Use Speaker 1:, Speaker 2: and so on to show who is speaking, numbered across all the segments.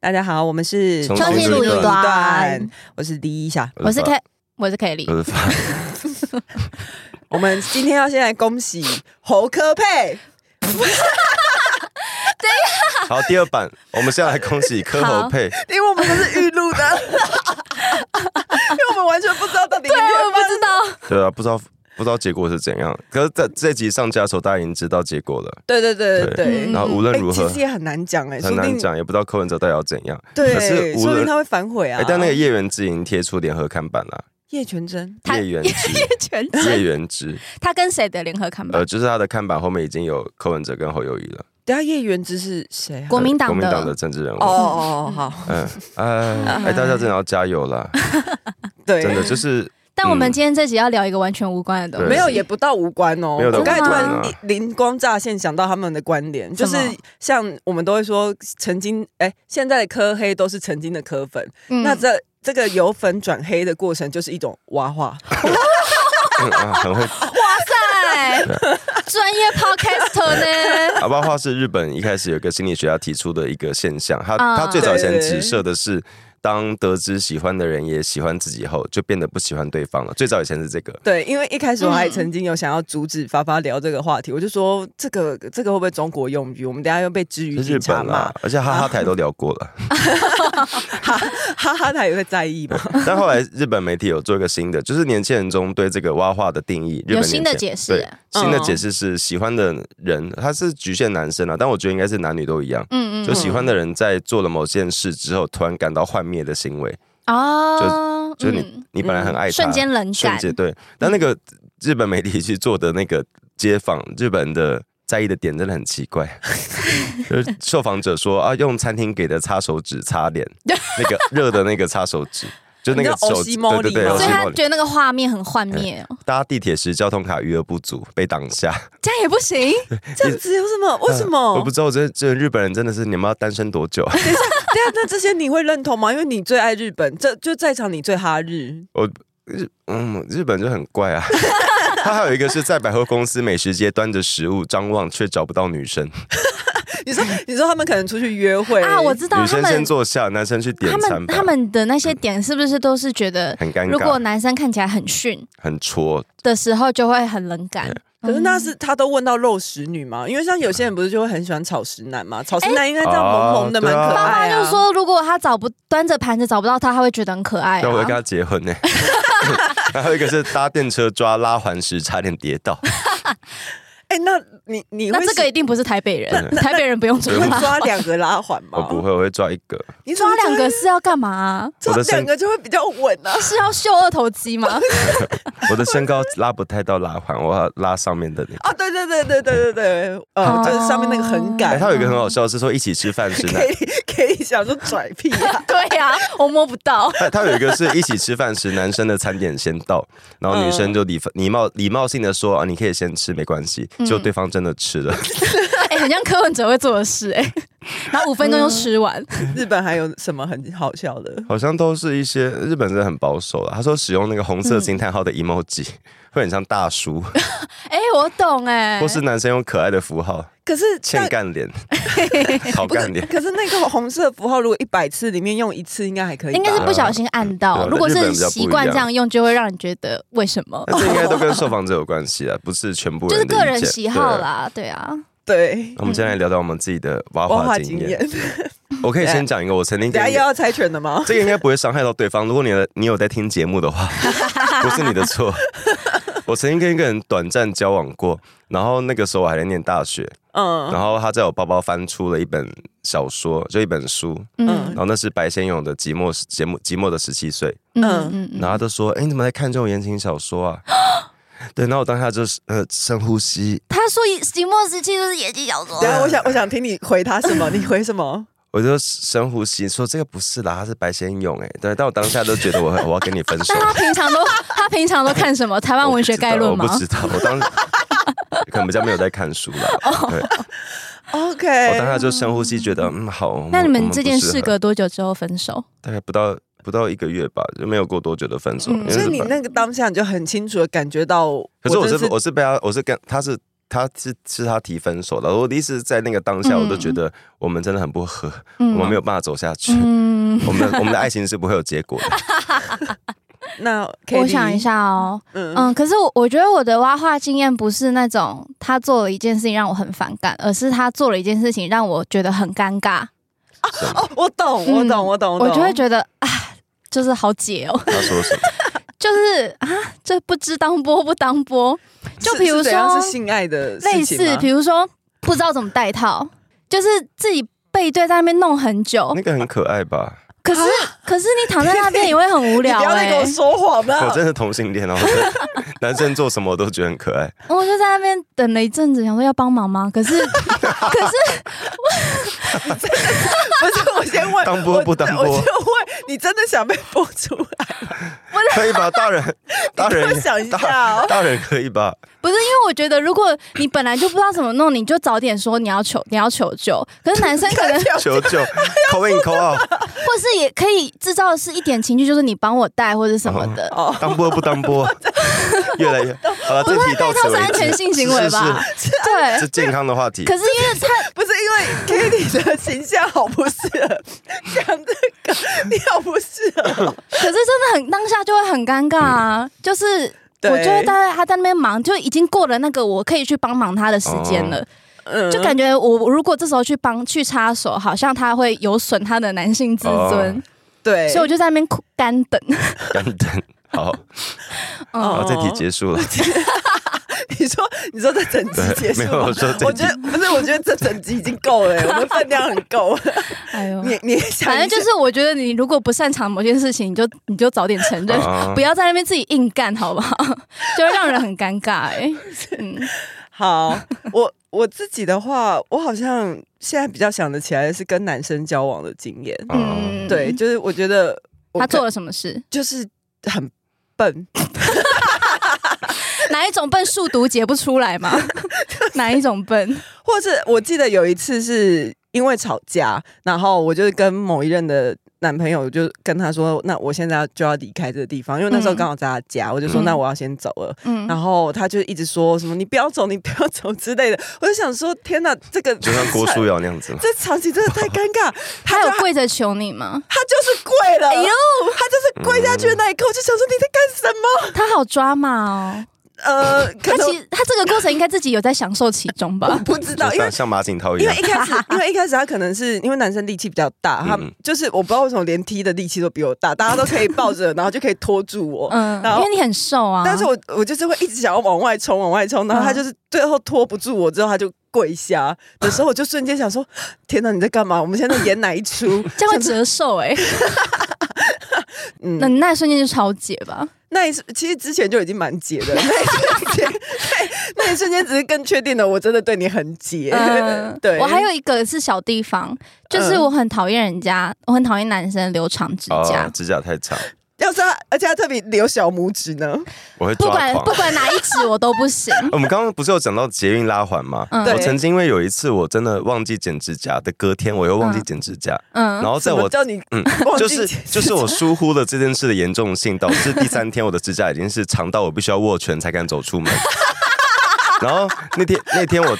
Speaker 1: 大家好，我们是
Speaker 2: 重新
Speaker 1: 新
Speaker 2: 录一
Speaker 1: 一
Speaker 2: 段
Speaker 1: 段，我是李一下。
Speaker 2: 我
Speaker 3: 我
Speaker 2: 是
Speaker 3: 是呃
Speaker 2: K，
Speaker 3: K，
Speaker 2: 我是 Kelly，
Speaker 3: 我是 发，
Speaker 1: 我们今天要先来恭喜侯科佩，
Speaker 3: 好，第二版，我们先来恭喜柯侯佩，
Speaker 1: 因为我们都是预录的，因为我们完全不知道到底明天
Speaker 2: 我不知道，
Speaker 3: 对啊，不知道不知道结果是怎样，可是在这集上架的时候，大家已经知道结果了，
Speaker 1: 对对对对对
Speaker 2: 嗯
Speaker 3: 然后无论如
Speaker 1: 哎
Speaker 3: 何
Speaker 1: 其实也很难讲哎，
Speaker 3: 很
Speaker 1: 说
Speaker 3: 难
Speaker 1: 不定
Speaker 3: 讲，也不知道柯文哲到底要怎样，可
Speaker 1: 对，
Speaker 3: 是无
Speaker 1: 说不定
Speaker 3: 论
Speaker 1: 他会反悔啊
Speaker 3: 哎，。但那个叶元之已经贴出联合看板啦，
Speaker 1: 叶全真，
Speaker 2: 他
Speaker 3: 叶 元之，
Speaker 2: 全
Speaker 3: 叶元之，
Speaker 2: 他跟谁的联合看板
Speaker 3: 呃，？就是他的看板后面已经有柯文哲跟侯友谊了，哎
Speaker 1: 等下叶元之是谁啊？
Speaker 2: 国民党
Speaker 3: 国民党的
Speaker 2: 的，
Speaker 3: 政治人物
Speaker 1: 哦，哦哦，好，
Speaker 3: 嗯，哎，哎，大家真的要加油啦，
Speaker 1: 对，
Speaker 3: 真的就是
Speaker 2: 但我们
Speaker 3: 嗯
Speaker 2: 今天这集要聊一个完全无关的东西，
Speaker 3: 对
Speaker 1: 没有，也不到无关哦。
Speaker 3: 没有到
Speaker 1: 我刚才突
Speaker 2: 无
Speaker 1: 然
Speaker 3: 关啊
Speaker 1: 灵光乍现，想到他们的关联，就是
Speaker 2: 什么
Speaker 1: 像我们都会说，曾经哎，现在的科黑都是曾经的科粉，
Speaker 2: 嗯
Speaker 1: 那这这个由粉转黑的过程就是一种挖 化，
Speaker 3: 嗯啊很会
Speaker 2: 在专业 podcaster 呢，
Speaker 3: 阿巴画是日本一开始有个心理学家提出的一个现象，他
Speaker 2: 啊
Speaker 3: 他最早以前
Speaker 1: 对对对
Speaker 3: 指涉的是。当得知喜欢的人也喜欢自己后，就变得不喜欢对方了。最早以前是这个，
Speaker 1: 对，因为一开始我还
Speaker 2: 嗯
Speaker 1: 曾经有想要阻止发发聊这个话题，我就说这个这个会不会中国用语？我们等一下又被治愈
Speaker 3: 是日
Speaker 1: 警察
Speaker 3: 本啊
Speaker 1: 骂
Speaker 3: 啦，，而且哈哈台都聊过 了。
Speaker 1: 哈哈哈，他也会在意 嘛？
Speaker 3: 但后来日本媒体有做一个新的，就是年轻人中对这个蛙化的定义，日本
Speaker 2: 有新的
Speaker 3: 年轻人
Speaker 2: 解释
Speaker 3: 对新的
Speaker 1: 嗯
Speaker 3: 解释是喜欢的人，他是局限男生啊，但我觉得应该是男女都一样。
Speaker 2: 嗯嗯
Speaker 3: 就喜欢的人在做了某件事之后，突然感到幻灭的行为，
Speaker 2: 嗯哦，
Speaker 3: 就是你、
Speaker 2: 嗯
Speaker 3: 你本来很爱他，
Speaker 2: 瞬间冷
Speaker 3: 瞬
Speaker 2: 感，
Speaker 3: 间对。但那个日本媒体去做的那个街访，日本的在意的点真的很奇怪， 就是受访者说啊，用餐厅给的擦手纸擦脸，那个热的那个擦手纸。就那个
Speaker 1: 你知道
Speaker 3: 手，
Speaker 1: Oshimori
Speaker 3: 对对对，
Speaker 1: 吗
Speaker 2: 所以他
Speaker 3: Oshimori
Speaker 2: 觉得那个画面很幻灭哦，
Speaker 3: 搭地铁时交通卡余额不足被挡下，
Speaker 2: 这样也不行，
Speaker 1: 这样子有什么？为什么？
Speaker 3: 啊 我不知道这这日本人真的是你们要单身多久啊？
Speaker 1: 对啊，那这些你会认同吗？因为你最爱日本，这就在场你最哈日。
Speaker 3: 嗯，日本就很怪啊。 他还有一个是在百货公司美食街端着食物张望却找不到女生，
Speaker 1: 你说，你说他们可能出去约会
Speaker 2: 啊，我知道
Speaker 3: 女
Speaker 2: 他
Speaker 3: 生先
Speaker 2: 们
Speaker 3: 坐下，男生去点
Speaker 2: 他
Speaker 3: 餐
Speaker 2: 们
Speaker 3: 吧。
Speaker 2: 他们的那些点是不是都是觉得，
Speaker 3: 很尴
Speaker 2: 如果
Speaker 3: 尬，
Speaker 2: 男生看起来很逊
Speaker 3: 很戳，
Speaker 2: 的时候，就会很冷感？
Speaker 1: 可是那是他都问到肉食女嘛？因为像有些人不是就会很喜欢草食男嘛？草食男应该这样萌萌的，
Speaker 3: 哎
Speaker 1: 蛮可
Speaker 3: 哦
Speaker 2: 爸
Speaker 1: 爱哎啊。
Speaker 2: 就说，如果他找不端着盘子找不到他，他会觉得很可爱、
Speaker 3: 要我要跟
Speaker 2: 啊。
Speaker 3: 他结婚呢、 然后一个是搭电车抓拉环时差点跌倒，
Speaker 1: 哎，那你你会
Speaker 2: 那这个一定不是台北人，台北人不用抓
Speaker 1: 你会抓两个拉环
Speaker 3: 我
Speaker 1: 吗？
Speaker 3: 不会，我会抓一个。
Speaker 1: 你怎
Speaker 2: 抓
Speaker 1: 么
Speaker 2: 两个是要干嘛啊、
Speaker 1: 抓
Speaker 3: 我的
Speaker 1: 两
Speaker 3: 身
Speaker 1: 个就会比较稳啊。
Speaker 2: 是要秀二头肌 吗？
Speaker 3: 我的身高拉不太到拉环，我要拉上面的那个。
Speaker 1: 啊，对对对对对对对，呃
Speaker 2: 哦，。
Speaker 1: 就是上面那个横
Speaker 3: 哎、
Speaker 1: 杆
Speaker 3: 他，有一个很好笑的是说一起吃饭时
Speaker 1: 可
Speaker 3: 难，
Speaker 1: 以可以想说拽 屁啊
Speaker 2: 对呀、我摸不到。
Speaker 3: 哎他他有一个是一起吃饭时男生的餐点先到，然后女生就礼礼貌礼貌性的说啊你可以先吃没关系，结果对方真的吃了，
Speaker 2: 哎、很像柯文哲会做的事哎、然后五分钟就吃完，
Speaker 1: 日本还有什么很好笑的？
Speaker 3: 好像都是一些日本人很保守了。他说使用那个红色惊叹号的 emoji、会很像大叔，
Speaker 2: 哎、我懂哎、
Speaker 3: 或是男生用可爱的符号。
Speaker 1: 可是
Speaker 3: 欠
Speaker 1: 大
Speaker 3: 干脸，好干脸。
Speaker 1: 可是那个红色符号，如果一百次里面用一次，应该还可以吧。
Speaker 2: 应该是不小心按
Speaker 3: 对
Speaker 2: 到。
Speaker 3: 啊
Speaker 2: 如果
Speaker 3: 日本
Speaker 2: 是
Speaker 3: 比较不一
Speaker 2: 习惯
Speaker 3: 样
Speaker 2: 这样用，就会让你觉得为什么？
Speaker 3: 那这应该都跟受访者有关系啊，不是全部
Speaker 2: 就是
Speaker 3: 人的
Speaker 2: 个人
Speaker 3: 意见
Speaker 2: 喜好。
Speaker 3: 对
Speaker 2: 啦，对啊，
Speaker 1: 对。
Speaker 3: 那我们今天来聊聊我们自己的挖
Speaker 1: 文
Speaker 3: 话
Speaker 1: 化
Speaker 3: 哦经
Speaker 1: 经
Speaker 3: 验
Speaker 1: 验。，
Speaker 3: 我可以先讲一个，我曾经
Speaker 1: 等下
Speaker 3: 跟一
Speaker 1: 又
Speaker 3: 个
Speaker 1: 要猜拳了 吗？
Speaker 3: 这个应该不会伤害到对方。如果你的你有在听节目的 话，不是你的错。我曾经跟一个人短暂交往过，然后那个时候我还在念大学，
Speaker 1: 嗯
Speaker 3: 然后他在我包包翻出了一本小说，就一本书，
Speaker 2: 嗯
Speaker 3: 然后那是白先勇的《寂寞时节目寂寞的十七岁》，
Speaker 2: 嗯嗯
Speaker 3: 然后他就说：“哎、你怎么在看这种言情小说啊？” 对，然后我当下就是呃深呼吸，
Speaker 2: 他说寂寞时期就是演技小说
Speaker 3: 啊
Speaker 1: 等，
Speaker 3: 哦
Speaker 1: 下我想我想听你回他什么？ 你回什么？
Speaker 3: 我就深呼吸说：“这个不是啦，他是白先勇。”哎，对，但我当下就觉得我我要跟你分手
Speaker 2: 但。他 平常都他平常都看什么？台湾文学概论吗
Speaker 3: 我？不知道，我不知道我当时可能比较没有在看书啦。
Speaker 2: 哦
Speaker 3: 对，哦我当
Speaker 1: OK，
Speaker 3: 下就深呼吸，觉得嗯好。我
Speaker 2: 那你
Speaker 3: 我
Speaker 2: 们
Speaker 3: 不
Speaker 2: 这件事
Speaker 3: 适合
Speaker 2: 隔多久之后分手？
Speaker 3: 大概不到不到一个月吧，就没有过多久的分手。
Speaker 2: 嗯
Speaker 3: 因为
Speaker 1: 所以
Speaker 3: 是
Speaker 1: 你
Speaker 3: 本
Speaker 1: 那个当下你就很清楚的感觉到，
Speaker 3: 可是我
Speaker 1: 真
Speaker 3: 是我是被他我是跟他是他是是他提分手的。我的意思是在那个当下，
Speaker 2: 嗯
Speaker 3: 我都觉得我们真的很不合，我们没
Speaker 2: 嗯
Speaker 3: 有办法走下去，
Speaker 2: 嗯，
Speaker 3: 我们的我们的爱情是不会有结果 的。
Speaker 1: 那
Speaker 2: 我
Speaker 1: Katie，
Speaker 2: 想一下哦，
Speaker 1: 嗯，
Speaker 2: 嗯，可是我我觉得我的挖话经验不是那种他做了一件事情让我很反感，而是他做了一件事情让我觉得很尴尬，
Speaker 3: 什么
Speaker 1: 哦， 我懂，我懂，
Speaker 2: 嗯
Speaker 1: 我懂，
Speaker 2: 我
Speaker 1: 懂
Speaker 2: 就会觉得啊，就是好解哦，
Speaker 3: 他说什么？
Speaker 2: 就是啊，这不知当播不当播，就是比如
Speaker 1: 是怎样
Speaker 2: 说
Speaker 1: 是性爱的
Speaker 2: 类
Speaker 1: 事情
Speaker 2: 似
Speaker 1: 吗
Speaker 2: 比如说不知道怎么戴套，就是自己背对在那边弄很久
Speaker 3: 那，个很可爱吧？
Speaker 2: 可是可是你躺在 那边也会很无
Speaker 1: 你
Speaker 2: 聊
Speaker 1: 不要再
Speaker 2: 哎、
Speaker 1: 跟我说谎
Speaker 3: 我真
Speaker 1: 了。
Speaker 3: 的同性恋哦，我真 的男生做什么我都觉得很可爱。
Speaker 2: 我就在那边等了一阵子，想说要帮忙吗？可是 可是
Speaker 1: 不是，我先问，
Speaker 3: 当播
Speaker 1: 我
Speaker 3: 不当播
Speaker 1: 我就问你，真的想被播出来？
Speaker 3: 可以吧？大 人，大
Speaker 1: 你给
Speaker 3: 人
Speaker 1: 我，想一下
Speaker 3: 大
Speaker 1: 哦
Speaker 3: 大人可以吧？
Speaker 2: 不是因为我觉得，如果你本来就不知道怎么弄，你就早点说你要求你要求救。可是男生 可 能
Speaker 3: 求救，call in call out，
Speaker 2: 或是也可以制造的是一点情绪，就是你帮我带或者什么的。
Speaker 1: 哦，
Speaker 3: 当播不当播， 越来越好了。这题到
Speaker 2: 那
Speaker 3: 此
Speaker 2: 是
Speaker 3: 为
Speaker 2: 安全
Speaker 3: 止，
Speaker 2: 性行为
Speaker 1: 哦
Speaker 2: 吧？
Speaker 3: 是
Speaker 2: 对。
Speaker 3: 健康的话题。
Speaker 2: 可是因为他
Speaker 1: 不是因为 Kitty 的形象好不适合讲这个，你好不适合。
Speaker 2: 可是真的很当下就会很尴尬啊，就是。
Speaker 1: 对
Speaker 2: 我就会待在他在那边忙，就已经过了那个我可以去帮忙他的时间了，
Speaker 1: 嗯
Speaker 2: 就感觉我我如果这时候去帮去插手，好像他会有损他的男性自
Speaker 1: 哦
Speaker 2: 尊，
Speaker 1: 对，
Speaker 2: 所以我就在那边苦干等。
Speaker 3: 等等， 好，好，这
Speaker 2: 哦
Speaker 3: 题结束了。
Speaker 1: 哦 你说，你说这整集结束
Speaker 3: 对没有
Speaker 1: 吗
Speaker 3: 我说这集
Speaker 1: 我觉得不是，我觉得这整集已经够 了，我们分量很够。
Speaker 2: 哎呦，
Speaker 1: 你你也想一下，
Speaker 2: 反正就是，我觉得你如果不擅长某件事情，你就你就早点承认，
Speaker 3: 啊
Speaker 2: 不要在那边自己硬干，好不好？ 就会让人很尴尬哎、嗯，
Speaker 1: 好，我我自己的话，我好像现在比较想得起来的是跟男生交往的经验。
Speaker 3: 嗯，
Speaker 1: 对，就是我觉得我
Speaker 2: 他做
Speaker 1: 可
Speaker 2: 了什么事？
Speaker 1: 就是很笨，
Speaker 2: 哪一种笨数独解不出 来吗？哪一种笨？
Speaker 1: 或是我记得有一次是因为吵架，然后我就是跟某一任的。男朋友我就跟他说：“那我现在就要离开这个地方，因为那时候
Speaker 2: 嗯
Speaker 1: 刚好在他家，我就说
Speaker 2: 嗯
Speaker 1: 那我要先走了。
Speaker 2: 嗯，
Speaker 1: 然后他就一直说什么“你不要走，你不要走”之类的。 我就想说，天哪，这个
Speaker 3: 就像郭书
Speaker 1: 瑶，
Speaker 3: 瑶那样 子嘛。
Speaker 1: 这场景真的太尴尬。他
Speaker 2: 他
Speaker 1: 就
Speaker 2: 有跪着求你吗？
Speaker 1: 他就是跪了，
Speaker 2: 哎呦，
Speaker 1: 他就是跪下去的那一刻，我就想说你在干什么？
Speaker 2: 他好抓马哦。
Speaker 1: 呃，
Speaker 2: 他
Speaker 1: 可能
Speaker 2: 其实他这个过程应该自己有在享受其 中吧？
Speaker 1: 不知道，
Speaker 3: 就
Speaker 1: 因为
Speaker 3: 像像马景涛一
Speaker 1: 因
Speaker 3: 样
Speaker 1: 为一，开始，因为一开始他可能是因为男生力气比较大，他
Speaker 3: 嗯
Speaker 1: 就是我不知道为什么连踢的力气都比我大，大家都可以抱着，然后就可以拖住我。
Speaker 2: 嗯，
Speaker 1: 然后
Speaker 2: 因为你很瘦啊。
Speaker 1: 但是我我就是会一直想要往外冲，往外冲，然后他就是最后拖不住我，之后他就跪下的时候，我就瞬间想说：天哪，你在干嘛？我们现在演哪一出？
Speaker 2: 这样会折寿哎、那
Speaker 1: 嗯，
Speaker 2: 你那一瞬间就超解 吧？
Speaker 1: 那一瞬其实之前就已经蛮解的，那一瞬间，那那一瞬间只是更确定了，我真的对你很解。，
Speaker 2: 嗯
Speaker 1: 对，
Speaker 2: 我还有一个是小地方，就是
Speaker 1: 嗯
Speaker 2: 我很讨厌人家，我很讨厌男生留长指甲
Speaker 3: 哦，，指甲太长，
Speaker 1: 要是他，而且他特别留小拇指呢，
Speaker 3: 我会
Speaker 2: 不
Speaker 3: 抓
Speaker 2: 管
Speaker 3: 狂
Speaker 2: 不。管哪一指我都 不行。
Speaker 3: 我们刚刚不是有讲到捷运拉环吗？
Speaker 2: 嗯
Speaker 3: 我曾经因为有一次我真的忘记剪指甲的，隔天我又忘记剪指甲，然
Speaker 2: 嗯，
Speaker 3: 后在
Speaker 1: 什嗯么
Speaker 3: 我
Speaker 1: 叫你
Speaker 3: 嗯
Speaker 1: 忘记
Speaker 3: 就
Speaker 1: 剪
Speaker 3: 是
Speaker 1: 指甲
Speaker 3: 就是我疏忽了这件事的严重性，导致第三天我的指甲已经是长到我必须要握拳才敢走出门。 然后那天那天 我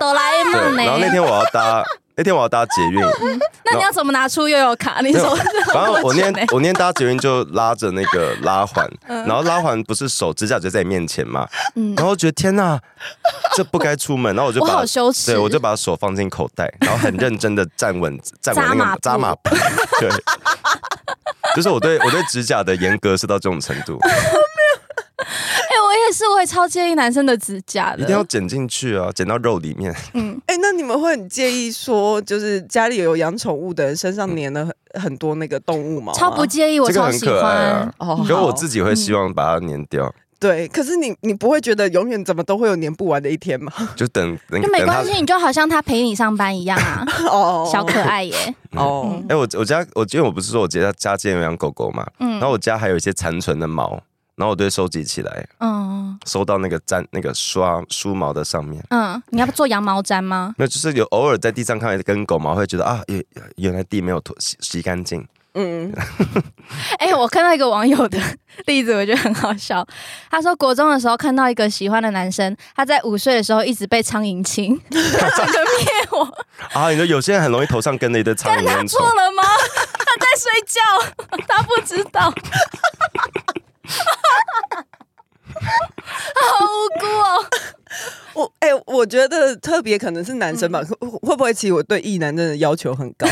Speaker 2: 哆啦 A
Speaker 3: 对
Speaker 2: 梦，呢？
Speaker 3: 然后那天我要搭那天我要搭捷运，
Speaker 1: 嗯
Speaker 2: 那你要怎么拿出悠悠卡？你手
Speaker 3: 反正我那
Speaker 2: 握拳
Speaker 3: 天我那天搭捷运就拉着那个拉环，
Speaker 1: 嗯
Speaker 3: 然后拉环不是手指甲就在你面前嘛，
Speaker 2: 嗯
Speaker 3: 然后觉得天呐，这不该出门，然后我就
Speaker 2: 我
Speaker 3: 把
Speaker 2: 好羞耻。
Speaker 3: 对，我就把手放进口袋，然后很认真的 站稳，站稳那个
Speaker 2: 扎
Speaker 3: 扎
Speaker 2: 马
Speaker 3: 马步。 对，就是我对我对指甲的严格是到这种程 度，
Speaker 2: 哎，我也是，我也超介意男生的指甲
Speaker 3: 一定要
Speaker 2: 的。
Speaker 3: 剪进去啊，剪到肉里面。
Speaker 2: 嗯，
Speaker 1: 哎、那你们会很介意说，就是家里有养宠物的人身上粘了很很多那个动物毛吗？
Speaker 2: 超不介意，我
Speaker 3: 哦这个
Speaker 2: 超
Speaker 3: 很
Speaker 2: 喜
Speaker 3: 可爱
Speaker 2: 欢
Speaker 3: 啊。
Speaker 1: 哦，
Speaker 3: 可我
Speaker 1: 好
Speaker 3: 自己会希望把它粘掉，
Speaker 1: 对，可是你你不会觉得永远怎么都会有粘不完的一天吗？
Speaker 3: 就等那
Speaker 2: 嗯就
Speaker 3: 个
Speaker 2: 没
Speaker 3: 等它
Speaker 2: 关。系，你就好像他陪你上班一 样啊，
Speaker 1: 哦，
Speaker 2: 小可爱耶。
Speaker 1: 哦，
Speaker 3: 哎、我我家我因为我不是说我家家之前有养狗狗嘛，
Speaker 2: 嗯
Speaker 3: 然后我家还有一些残存的毛，然后我都会收集起来，
Speaker 2: 嗯
Speaker 3: 收到那个粘那个刷梳毛的上面。
Speaker 2: 嗯，你要做羊毛毡吗？
Speaker 3: 没有，就是有偶尔在地上看到一根狗毛，会觉得啊，原原来地没有拖洗洗干净，
Speaker 1: 嗯，
Speaker 2: 哎、我看到一个网友的例子，我觉得很好笑。他说，国中的时候看到一个喜欢的男生，他在五岁的时候一直被苍蝇亲， 他整个灭我，
Speaker 3: 啊，你说有些人很容易头上跟了一堆苍
Speaker 2: 但
Speaker 3: 蝇
Speaker 1: 啊
Speaker 2: 他
Speaker 3: 跟虫
Speaker 2: 错， 了吗？他在睡觉，他不知道，好无辜哦。
Speaker 1: 我哎、我觉得特别可能是男生吧，
Speaker 2: 嗯
Speaker 1: 会会不会其实我对异男真的要求很 高，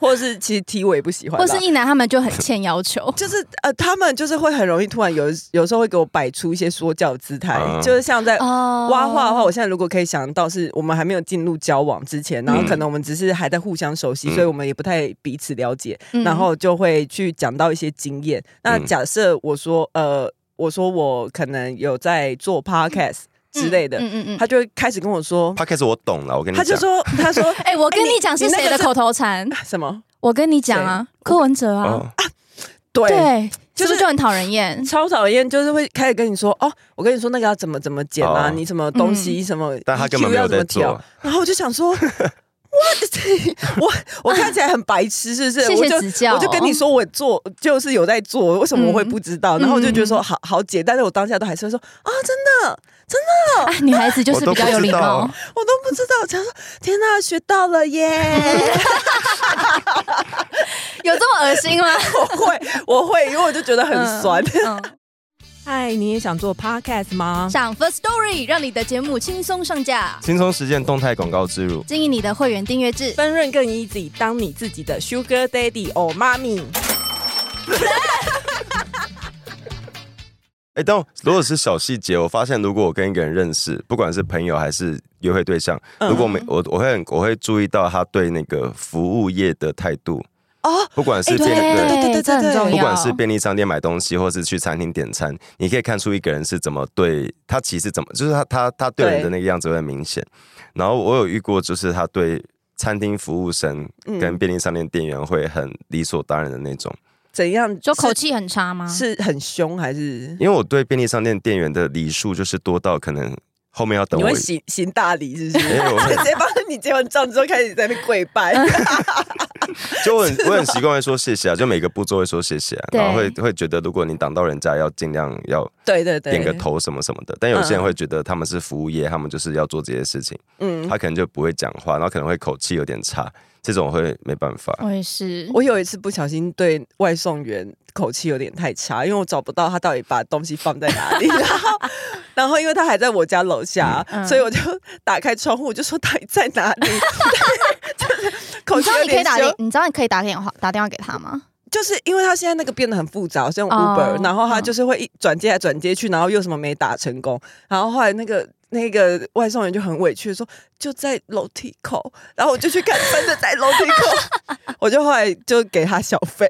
Speaker 1: 或者是其实 T 我也不喜欢啦，，
Speaker 2: 或是一男他们就很欠要求
Speaker 1: 就是呃，他们就是会很容易突然有有时候会给我摆出一些说教姿态，
Speaker 3: 嗯
Speaker 1: 就是像在
Speaker 2: 哦
Speaker 1: 挖话的话，我现在如果可以想到，是我们还没有进入交往之前，然后可能我们只是还在互相熟悉，
Speaker 3: 嗯
Speaker 1: 所以我们也不太彼此了解，
Speaker 2: 嗯
Speaker 1: 然后就会去讲到一些经验。那
Speaker 3: 嗯
Speaker 1: 假设我说呃，我说我可能有在做 podcast 之类的，
Speaker 2: 嗯嗯嗯
Speaker 1: 他就会开始跟我说，
Speaker 3: 他开始我懂了，我跟你
Speaker 1: 他就
Speaker 3: 讲，
Speaker 1: 说他说
Speaker 2: 哎、我跟你讲是
Speaker 1: 你那
Speaker 2: 谁
Speaker 1: 个
Speaker 2: 的
Speaker 1: 是
Speaker 2: 口头禅？
Speaker 1: 什么
Speaker 2: 我跟你讲啊，柯文哲啊，
Speaker 3: 哦，
Speaker 1: 对。
Speaker 2: 对，
Speaker 1: 就是
Speaker 2: 是不是就很讨人厌？
Speaker 1: 超讨厌，就是会开始跟你说哦，我跟你说那个要怎么怎么剪啊，
Speaker 3: 哦
Speaker 1: 你什么东
Speaker 2: 嗯
Speaker 1: 西、什么 EQ 要怎么调，
Speaker 3: 但他根本没有在 做，
Speaker 1: 然后我就想说，我的 我我看起来很白痴，是不是？
Speaker 2: 谢
Speaker 1: 我
Speaker 2: 谢
Speaker 1: 就
Speaker 2: 指教
Speaker 1: 我就跟你说，我做就是有在做，为什么我会不知道？
Speaker 2: 嗯
Speaker 1: 然后我就觉得说，好好姐，但是我当下都还是会说啊，真的
Speaker 2: 啊，女孩子就是比较有礼
Speaker 3: 我都
Speaker 2: 貌
Speaker 1: 我
Speaker 3: 不。
Speaker 1: 都不知道。我想说，天哪，学到了耶！
Speaker 2: 有这么恶心吗？
Speaker 1: 我会，我会，因为我就觉得很酸。
Speaker 2: 嗯嗯
Speaker 1: 嗨、你也想做 podcast 吗？
Speaker 2: 上 First Story 让你的节目轻松上架，
Speaker 3: 轻松实践动态广告植入，
Speaker 2: 经营你的会员订阅制。
Speaker 1: 分润更 easy，当你自己的 sugar daddy or mommy。
Speaker 3: 哎，但如果是小细节，我发现如果我跟一个人认识，不管是朋友还是约会对象，
Speaker 1: 嗯
Speaker 3: 如果没我我会很我会注意到他对那个服务业的态度，
Speaker 1: 哦，
Speaker 3: 不管是
Speaker 1: 哎对
Speaker 3: 便
Speaker 1: 对对对
Speaker 2: 这很
Speaker 1: 对
Speaker 2: 重要。
Speaker 3: 不管是便利商店买东西，或是去餐厅点餐，你可以看出一个人是怎么对他，其实怎么就是他他他对人的那个样子会很明显。然后我有遇过，就是他对餐厅服务生
Speaker 1: 嗯
Speaker 3: 跟便利商店店员会很理所当然的那种。
Speaker 1: 怎样？
Speaker 2: 就口气很差吗？
Speaker 1: 是是很凶还是？
Speaker 3: 因为我对便利商店店员的礼数就是多到可能后面要等
Speaker 1: 你
Speaker 3: 我
Speaker 1: 会，行行大礼是不是？
Speaker 3: 哎 我会
Speaker 1: 直接帮你结完账之后开始在那边跪拜。
Speaker 3: 就我很我很习惯会说谢谢啊，就每个步骤会说谢谢啊，
Speaker 2: 对
Speaker 3: 然后会会觉得如果你挡到人家，要尽量要
Speaker 1: 对对对，
Speaker 3: 点个。头什么什么的。但有些
Speaker 1: 嗯
Speaker 3: 人会觉得他们是服务业，他们就是要做这些事情。
Speaker 1: 嗯，
Speaker 3: 他可能就不会讲话，然后可能会口气有点差，这种会没办法。
Speaker 2: 我也是。
Speaker 1: 我有一次不小心对外送员口气有点太差，因为我找不到他到底把东西放在哪 里。然后，然后因为他还在我家楼下，
Speaker 2: 嗯
Speaker 1: 所以我就打开窗户，我就说到底在哪里？ 就是口
Speaker 2: 你
Speaker 1: 气
Speaker 2: 知道
Speaker 1: 有
Speaker 2: 你可以
Speaker 1: 点
Speaker 2: 打
Speaker 1: 凶
Speaker 2: 电，，你知道你可以打电话打电话给他吗？
Speaker 1: 就是因为他现在那个变得很复杂，是用
Speaker 2: 哦
Speaker 1: Uber，、然后他
Speaker 2: 嗯
Speaker 1: 就是会一转接来转接去，然后又什么没打成功，然后后来那个那个外送员就很委屈地说就在楼梯口，然后我就去看真的在楼梯 口，我就后来就给他小费，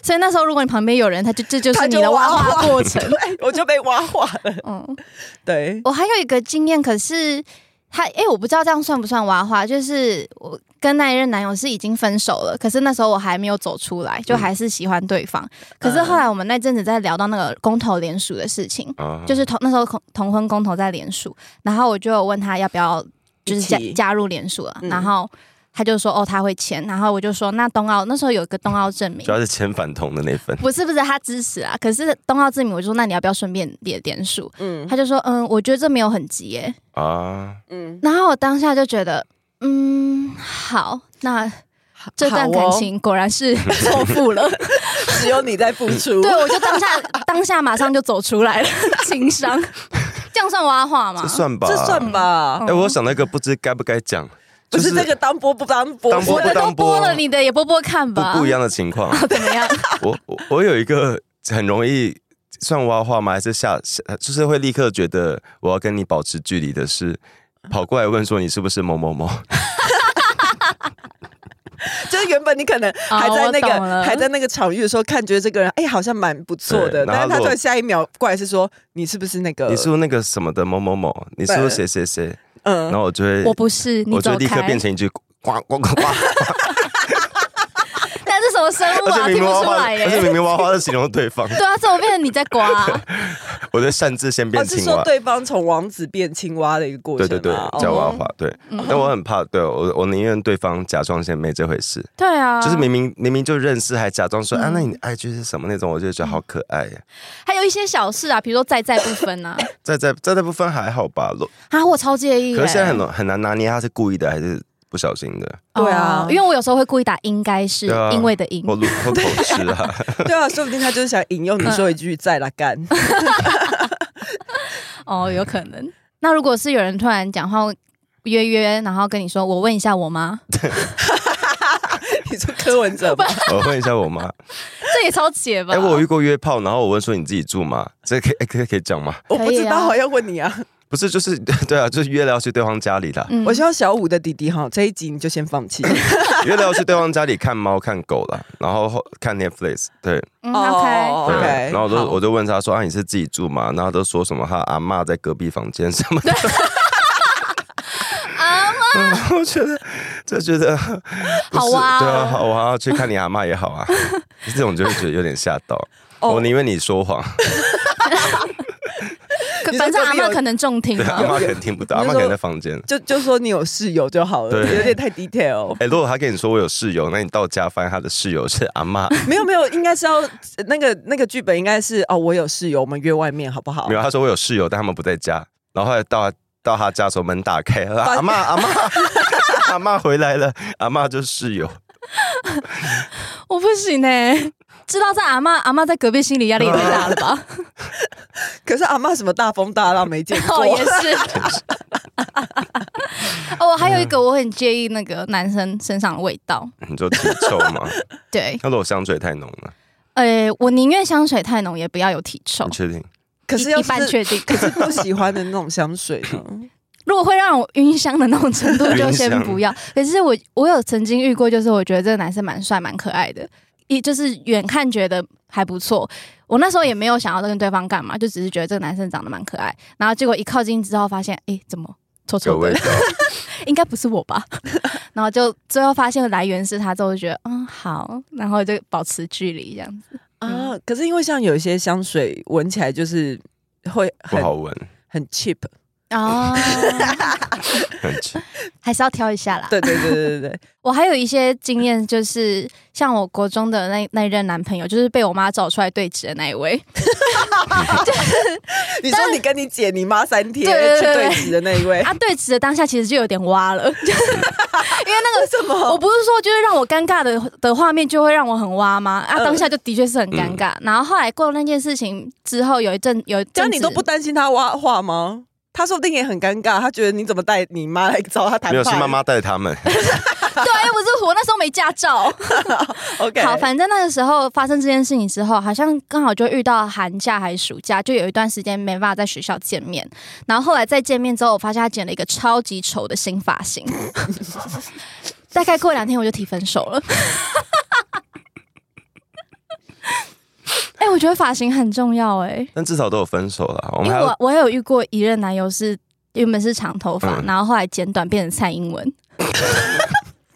Speaker 2: 所以那时候如果你旁边有人，他就这就是
Speaker 1: 他
Speaker 2: 你
Speaker 1: 就
Speaker 2: 的挖
Speaker 1: 挖
Speaker 2: 话
Speaker 1: 话
Speaker 2: 过程。
Speaker 1: 对， 我就被挖化了。
Speaker 2: 嗯。
Speaker 1: 对，
Speaker 2: 我还有一个经验，可是他，哎、我不知道这样算不算挖话，就是我跟那一任男友是已经分手了，可是那时候我还没有走出来，
Speaker 1: 嗯
Speaker 2: 就还是喜欢对方。可是后来我们那阵子在聊到那个公投联署的事情，
Speaker 3: 啊
Speaker 2: 哦就是
Speaker 1: 嗯
Speaker 2: 同那时候同同婚公投在联署，然后我就有问他要不要就是加
Speaker 1: 一起
Speaker 2: 加入联署了，
Speaker 1: 嗯
Speaker 2: 然后。他就说哦他会签，然后我就说那冬奥那时候有一个冬奥证明
Speaker 3: 主，要是签反同的那 份，
Speaker 2: 不是不是他支持啊，可是冬奥证明我就说那你要不要顺便也联署？
Speaker 1: 嗯
Speaker 2: 他就说嗯我觉得这没有很急耶、
Speaker 3: 啊，
Speaker 1: 嗯，
Speaker 2: 然后我当下就觉得，嗯，好，那这段感
Speaker 1: 哦
Speaker 2: 情果然是错付了。
Speaker 1: 好哦 只有你在付出，
Speaker 2: 对，我就当下当下马上就走出来了，情商，这样算挖话吗
Speaker 3: 这？算吧，
Speaker 1: 这算。吧，
Speaker 2: 嗯
Speaker 3: 哎，我想那个不知该不该讲，
Speaker 1: 不是
Speaker 3: 就
Speaker 1: 这个当播不当播，
Speaker 3: 当播
Speaker 2: 我的
Speaker 3: 不
Speaker 2: 都
Speaker 3: 当
Speaker 2: 播
Speaker 3: 播
Speaker 2: 了，你的也播播看
Speaker 3: 不
Speaker 2: 吧，
Speaker 3: 不一样的情况。
Speaker 2: 怎 么样？
Speaker 3: 我我我有一个很容易算挖话吗？还是下下就是会立刻觉得我要跟你保持距离的是。跑过来问说你是不是某某某？
Speaker 1: 就是原本你可能还在那
Speaker 2: 啊我懂
Speaker 1: 个、
Speaker 2: 了
Speaker 1: 还在那个场域的时候，看觉得这个人哎、好像蛮不错的，
Speaker 3: 对然后
Speaker 1: 但是他
Speaker 3: 如
Speaker 1: 突
Speaker 3: 果
Speaker 1: 然下一秒过来是说你是不是那个
Speaker 3: 你是不是那个什么的某某某？你是不是谁谁谁？然
Speaker 1: 嗯
Speaker 3: 后我就会，
Speaker 2: 我不是，你
Speaker 3: 我就
Speaker 2: 走
Speaker 3: 立刻
Speaker 2: 开。
Speaker 3: 变成一句呱呱呱呱。
Speaker 2: 但这什么生物
Speaker 3: 而
Speaker 2: 啊，
Speaker 3: 且
Speaker 2: 听
Speaker 3: 明明
Speaker 2: 不
Speaker 3: 挖
Speaker 2: 出
Speaker 3: 花，
Speaker 2: 来
Speaker 3: 而且
Speaker 2: 耶。
Speaker 3: 明明挖花是形容对方，
Speaker 2: 对啊，怎么变成你在 刮、啊？
Speaker 3: 我就擅自先
Speaker 1: 我
Speaker 3: 变
Speaker 1: 哦是
Speaker 3: 青
Speaker 1: 说
Speaker 3: 蛙。
Speaker 1: 对方从王子变青蛙的一个过
Speaker 3: 对
Speaker 1: 程
Speaker 3: 对对
Speaker 1: 嘛，
Speaker 3: 叫
Speaker 1: 哦
Speaker 3: 挖花，对。
Speaker 2: 嗯
Speaker 3: 但我很怕，对我我宁愿对方假装先没这回事，
Speaker 2: 对啊，
Speaker 3: 就是明明明明就认识，还假装说啊，
Speaker 2: 嗯
Speaker 3: 那你的 IG 是什么那种，我就觉得好可爱呀。
Speaker 2: 还有一些小事啊，比如说在在不分啊，
Speaker 3: 在在在那部分还好吧，可
Speaker 2: 啊，我超介意耶。
Speaker 3: 是现在很难很难拿捏他是故意的还是不小心的，
Speaker 1: 对啊
Speaker 2: 哦因为我有时候会故意打应该是
Speaker 3: 对啊
Speaker 2: 因为的因，
Speaker 3: 或录或口吃啊。
Speaker 1: 对啊，说不定他就是想引
Speaker 2: 嗯
Speaker 1: 诱你说一句“再来 干
Speaker 2: 哦，有可能。那如果是有人突然讲话约约，然后跟你说我问一下我妈，”，
Speaker 1: 你说柯文哲吧？
Speaker 3: 我问一下我妈，
Speaker 2: 这也超解吧？
Speaker 1: 啊
Speaker 3: 哎，我有遇过约炮，然后我问说你自己住吗？这可以哎可以可以讲吗？
Speaker 1: 我不
Speaker 2: 可以
Speaker 1: 知
Speaker 2: 啊
Speaker 1: 道，我要问你啊。
Speaker 3: 不是，就是 对啊，就是约了要去对方家里 啦，
Speaker 2: 嗯
Speaker 1: 我希望小五的弟弟哈，这一集你就先放弃。
Speaker 3: 约了要去对方家里看猫看狗啦，然后后看 Netflix，对
Speaker 2: 嗯
Speaker 1: 哦
Speaker 3: 对
Speaker 2: OK，
Speaker 1: OK，
Speaker 3: 然后我就
Speaker 1: 好
Speaker 3: 我就问他说啊，你是自己住吗？然后他都说什么他阿嬷在隔壁房间什 么的。 阿妈，我觉得就觉得 不是
Speaker 2: 好哇哦
Speaker 3: 对啊，好啊，去看你阿嬷也 好啊，这种就会觉得有点吓到。
Speaker 1: 哦
Speaker 3: 我宁愿你说谎，
Speaker 2: 可
Speaker 1: 你说
Speaker 2: 反正阿
Speaker 1: 隔壁有
Speaker 2: 妈可能中听
Speaker 3: 对阿
Speaker 2: 吧。
Speaker 3: 妈可能听不到，阿
Speaker 1: 你
Speaker 3: 妈
Speaker 1: 就
Speaker 3: 可
Speaker 1: 说
Speaker 3: 能在房间。
Speaker 1: 就就说你有室友就好了，
Speaker 3: 对
Speaker 1: 有点太 detail。
Speaker 3: 哎，如果他跟你说我有室友，那你到家发现他的室友是阿嬷，
Speaker 1: 没有没有，应该是要那个那个剧本应该是哦，我有室友，我们约外面好不好
Speaker 3: 没？有，他说我有室友，但他们不在家。然后后来到他到他家的时候，门打开，他说阿妈阿妈 阿妈回来了，阿妈就是室友。
Speaker 2: 我不行哎、知道在阿妈阿妈在隔壁，心理压力也太大了吧？
Speaker 1: 可是阿妈什么大风大浪没见过，啊
Speaker 2: 哦，也是。哦，我还有一个，我很介意那个男生身上的味道。
Speaker 3: 你说体臭吗？
Speaker 2: 对，
Speaker 3: 他说我香水太浓了，
Speaker 2: 呃，我宁愿香水太浓，也不要有体臭
Speaker 3: 你。确定？
Speaker 1: 可是要
Speaker 2: 一般
Speaker 1: 是
Speaker 2: 确嗯定，
Speaker 1: 可是不喜欢的那种香水 呢？
Speaker 2: 如果会让我晕香的那种程度，就先不要。可是我我有曾经遇过，就是我觉得这个男生蛮帅蛮可爱的，一就是远看觉得还不错。我那时候也没有想要跟对方干嘛，就只是觉得这个男生长得蛮可爱。然后结果一靠近之后，发现诶，怎么臭
Speaker 3: 有
Speaker 2: 臭
Speaker 3: 味
Speaker 2: 的？
Speaker 3: 道。
Speaker 2: 应该不是我吧？ 然后就最后发现来源是他之后，就觉得嗯好，然后就保持距离这样子。嗯
Speaker 1: 啊，可是因为像有一些香水闻起来就是会
Speaker 3: 不
Speaker 1: 很
Speaker 3: 好闻，
Speaker 1: 很 cheap，
Speaker 2: 哦，
Speaker 3: 很奇
Speaker 2: 还是要挑一下啦。
Speaker 1: 对对对对 对对，
Speaker 2: 我还有一些经验，就是像我国中的那那一任男朋友，就是被我妈找出来对峙的那一位。
Speaker 1: 你说你跟你姐你妈三天
Speaker 2: 对对
Speaker 1: 去
Speaker 2: 对
Speaker 1: 对峙的那一 位，
Speaker 2: 啊，对峙的当下其实就有点哇
Speaker 1: 因
Speaker 2: 了，
Speaker 1: 为 那个什
Speaker 2: 我
Speaker 1: 么，
Speaker 2: 不是说就是让我尴尬的的画面就会让我很哇吗？啊，
Speaker 1: 嗯
Speaker 2: 当下就的确是很尴尬。然后后来过了那件事情之后，有一阵有一
Speaker 1: 这
Speaker 2: 阵
Speaker 1: 样
Speaker 2: 子
Speaker 1: 你都不担心他挖话吗？他说不定也很尴尬，他觉得你怎么带你妈来找他谈判？
Speaker 3: 没有是妈妈带他们，
Speaker 2: 对，不是我那时候没驾照。
Speaker 1: ，OK，
Speaker 2: 好，反正那个时候发生这件事情之后，好像刚好就遇到寒假还是暑假，就有一段时间没办法在学校见面。然后后来再见面之后，我发现他剪了一个超级丑的新发型。 大概过两天我就提分手了。哎、我觉得发型很重要哎、
Speaker 3: 但至少都有分手了。我
Speaker 2: 因
Speaker 3: 们
Speaker 2: 为
Speaker 3: 还
Speaker 2: 我
Speaker 3: 有
Speaker 2: 我有遇过一任男友是原本是长头发，
Speaker 3: 嗯
Speaker 2: 然后后来剪短变成蔡英文，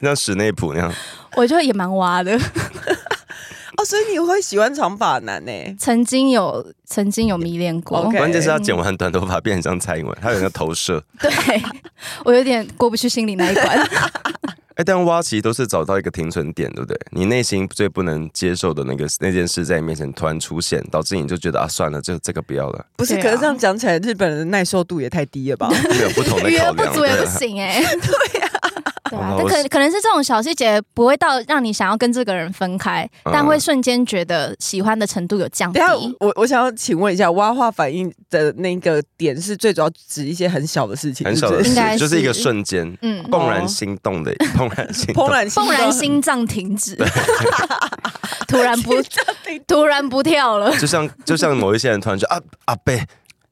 Speaker 3: 像史内普那样，
Speaker 2: 我就也蛮哇的。
Speaker 1: 哦，所以你会喜欢长发男欸呢、
Speaker 2: 曾经有曾经有迷恋过
Speaker 1: OK
Speaker 3: 关键是他剪完短头发变成像蔡英文，他有那个投射。
Speaker 2: 对我有点过不去心里那一关。
Speaker 3: 哎，但挖其实都是找到一个停损点，对不对？你内心最不能接受的那个那件事在你面前突然出现，导致你就觉得啊，算了，这这个不要了，
Speaker 1: 不是，
Speaker 2: 对啊
Speaker 1: 可是这样讲起来，日本人的耐受度也太低了 吧？
Speaker 3: 有不同的
Speaker 2: 余
Speaker 3: 考
Speaker 2: 额不
Speaker 3: 量。
Speaker 2: 足也
Speaker 3: 对
Speaker 2: 不
Speaker 3: 啊
Speaker 2: 行哎、对呀、对
Speaker 3: 好
Speaker 2: 啊
Speaker 3: 吧，
Speaker 2: 但
Speaker 3: 我
Speaker 2: 可可能是这种小细节不会到让你想要跟这个人分开，
Speaker 3: 嗯
Speaker 2: 但会瞬间觉得喜欢的程度有降低
Speaker 1: 等一。下我我想要请问一下，蛙化反应的那个点是最主要指一些很小的事情，
Speaker 3: 很少
Speaker 1: 是
Speaker 3: 的
Speaker 1: 不是
Speaker 2: 应该
Speaker 3: 事，就是一个
Speaker 2: 是
Speaker 3: 瞬间
Speaker 2: 嗯，哦
Speaker 3: 怦然心动的，怦然心动
Speaker 1: 怦。然心
Speaker 2: 怦然心脏停止， 突然不突然不跳了。
Speaker 3: 就像就像某一些人突然就啊阿贝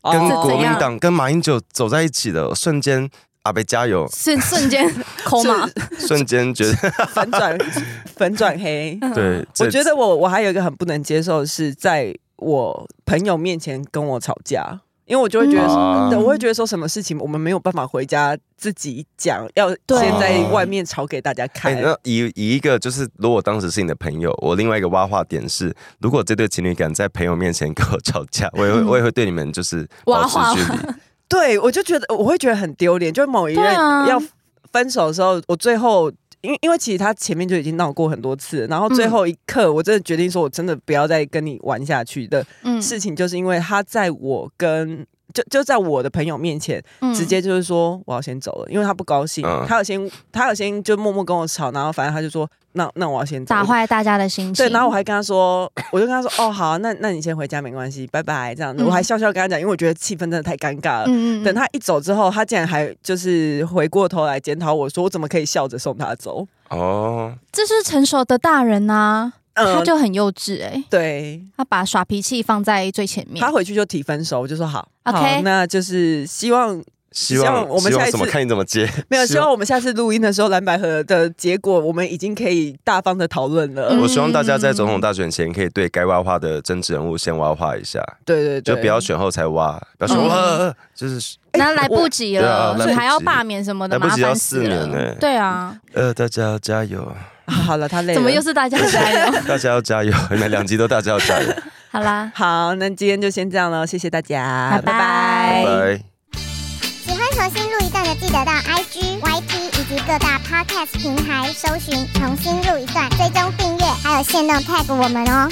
Speaker 1: 哦
Speaker 3: 跟
Speaker 2: 怎
Speaker 3: 国民
Speaker 2: 样
Speaker 3: 党跟马英九走在一起的瞬间，阿贝加 油！
Speaker 2: 瞬瞬间抠嘛，
Speaker 3: 瞬间觉得
Speaker 1: 反转粉转黑。
Speaker 3: 对，
Speaker 1: 我
Speaker 3: 这
Speaker 1: 觉得我我还有一个很不能接受的是，在我朋友面前跟我吵架，因为我就会觉得说，
Speaker 3: 嗯
Speaker 1: 对，我会觉得说什么事情我们没有办法回家自己讲，要
Speaker 2: 对
Speaker 1: 先在外面吵给大家
Speaker 3: 哎、
Speaker 1: 看。
Speaker 3: 那以以一个就是，如果当时是你的朋友，我另外一个挖话点是，如果这对情侣敢在朋友面前跟我吵 架，我也会、我也会对你们就是
Speaker 2: 挖
Speaker 3: 保持
Speaker 2: 话
Speaker 3: 距离。
Speaker 1: 对，我就觉得我会觉得很丢脸，就某一
Speaker 2: 对
Speaker 1: 任
Speaker 2: 啊
Speaker 1: 要分手的时候，我最后。因因为其实他前面就已经闹过很多次了，然后最
Speaker 2: 嗯
Speaker 1: 后一刻我真的决定说，我真的不要再跟你玩下去的
Speaker 2: 嗯
Speaker 1: 事情，就是因为他在我跟就就在我的朋友面前，
Speaker 2: 嗯
Speaker 1: 直接就是说我要先走了，因为他不高兴，
Speaker 3: 嗯
Speaker 1: 他有先他有先就默默跟我吵，然后反正他就说那那我要先走，
Speaker 2: 打坏大家的心情。
Speaker 1: 对，然后我还跟他说， 我就跟他说哦好啊、那那你先回家没关系，拜拜这样子，
Speaker 2: 嗯
Speaker 1: 我还笑笑跟他讲，因为我觉得气氛真的太尴尬了。
Speaker 2: 嗯
Speaker 1: 等他一走之后，他竟然还就是回过头来检讨我说我怎么可以笑着送他走，
Speaker 3: 哦，
Speaker 2: 这就是成熟的大人呐、他
Speaker 1: 嗯，
Speaker 2: 就很幼稚哎、
Speaker 1: 对
Speaker 2: 他把耍脾气放在最前面
Speaker 1: 他。回去就提分手，我就说好
Speaker 2: OK
Speaker 1: 好，那就是希望
Speaker 3: 希
Speaker 1: 希
Speaker 3: 望
Speaker 1: 望我们
Speaker 3: 希望
Speaker 1: 下一
Speaker 3: 什么
Speaker 1: 次
Speaker 3: 看你怎么 接，
Speaker 1: 没有，希
Speaker 3: 望
Speaker 1: 望我们下次录音的时候，蓝百合的结果我们已经可以大方的讨论了。
Speaker 2: 嗯
Speaker 3: 我希望大家在总统大选前可以对该挖话的政治人物先挖话一下，
Speaker 1: 对对对，
Speaker 3: 就不要选后才挖，不要选后、
Speaker 2: 嗯
Speaker 3: 呃就是
Speaker 2: 那来不及
Speaker 3: 对啊
Speaker 2: 了，
Speaker 3: 来不及
Speaker 2: 你还要罢免什么的，
Speaker 3: 来不
Speaker 2: 麻
Speaker 3: 及要
Speaker 2: 烦死
Speaker 3: 四哎年
Speaker 2: 了。
Speaker 3: 呢、
Speaker 2: 对啊，
Speaker 3: 呃，大家要加油，
Speaker 1: 啊好了，他累了。
Speaker 2: 怎么又是大家加油？
Speaker 3: 大家要加油， 你们两集都大家要加 油，
Speaker 2: 好啦，
Speaker 1: 好？那今天就先这样了，谢谢大家，
Speaker 2: 拜拜
Speaker 3: 拜拜。
Speaker 4: 喜欢重新录一段的，记得到 IG、YT 以及各大 Podcast 平台搜寻“重新录一段”，追踪订阅，还有限定 tag 我们哦。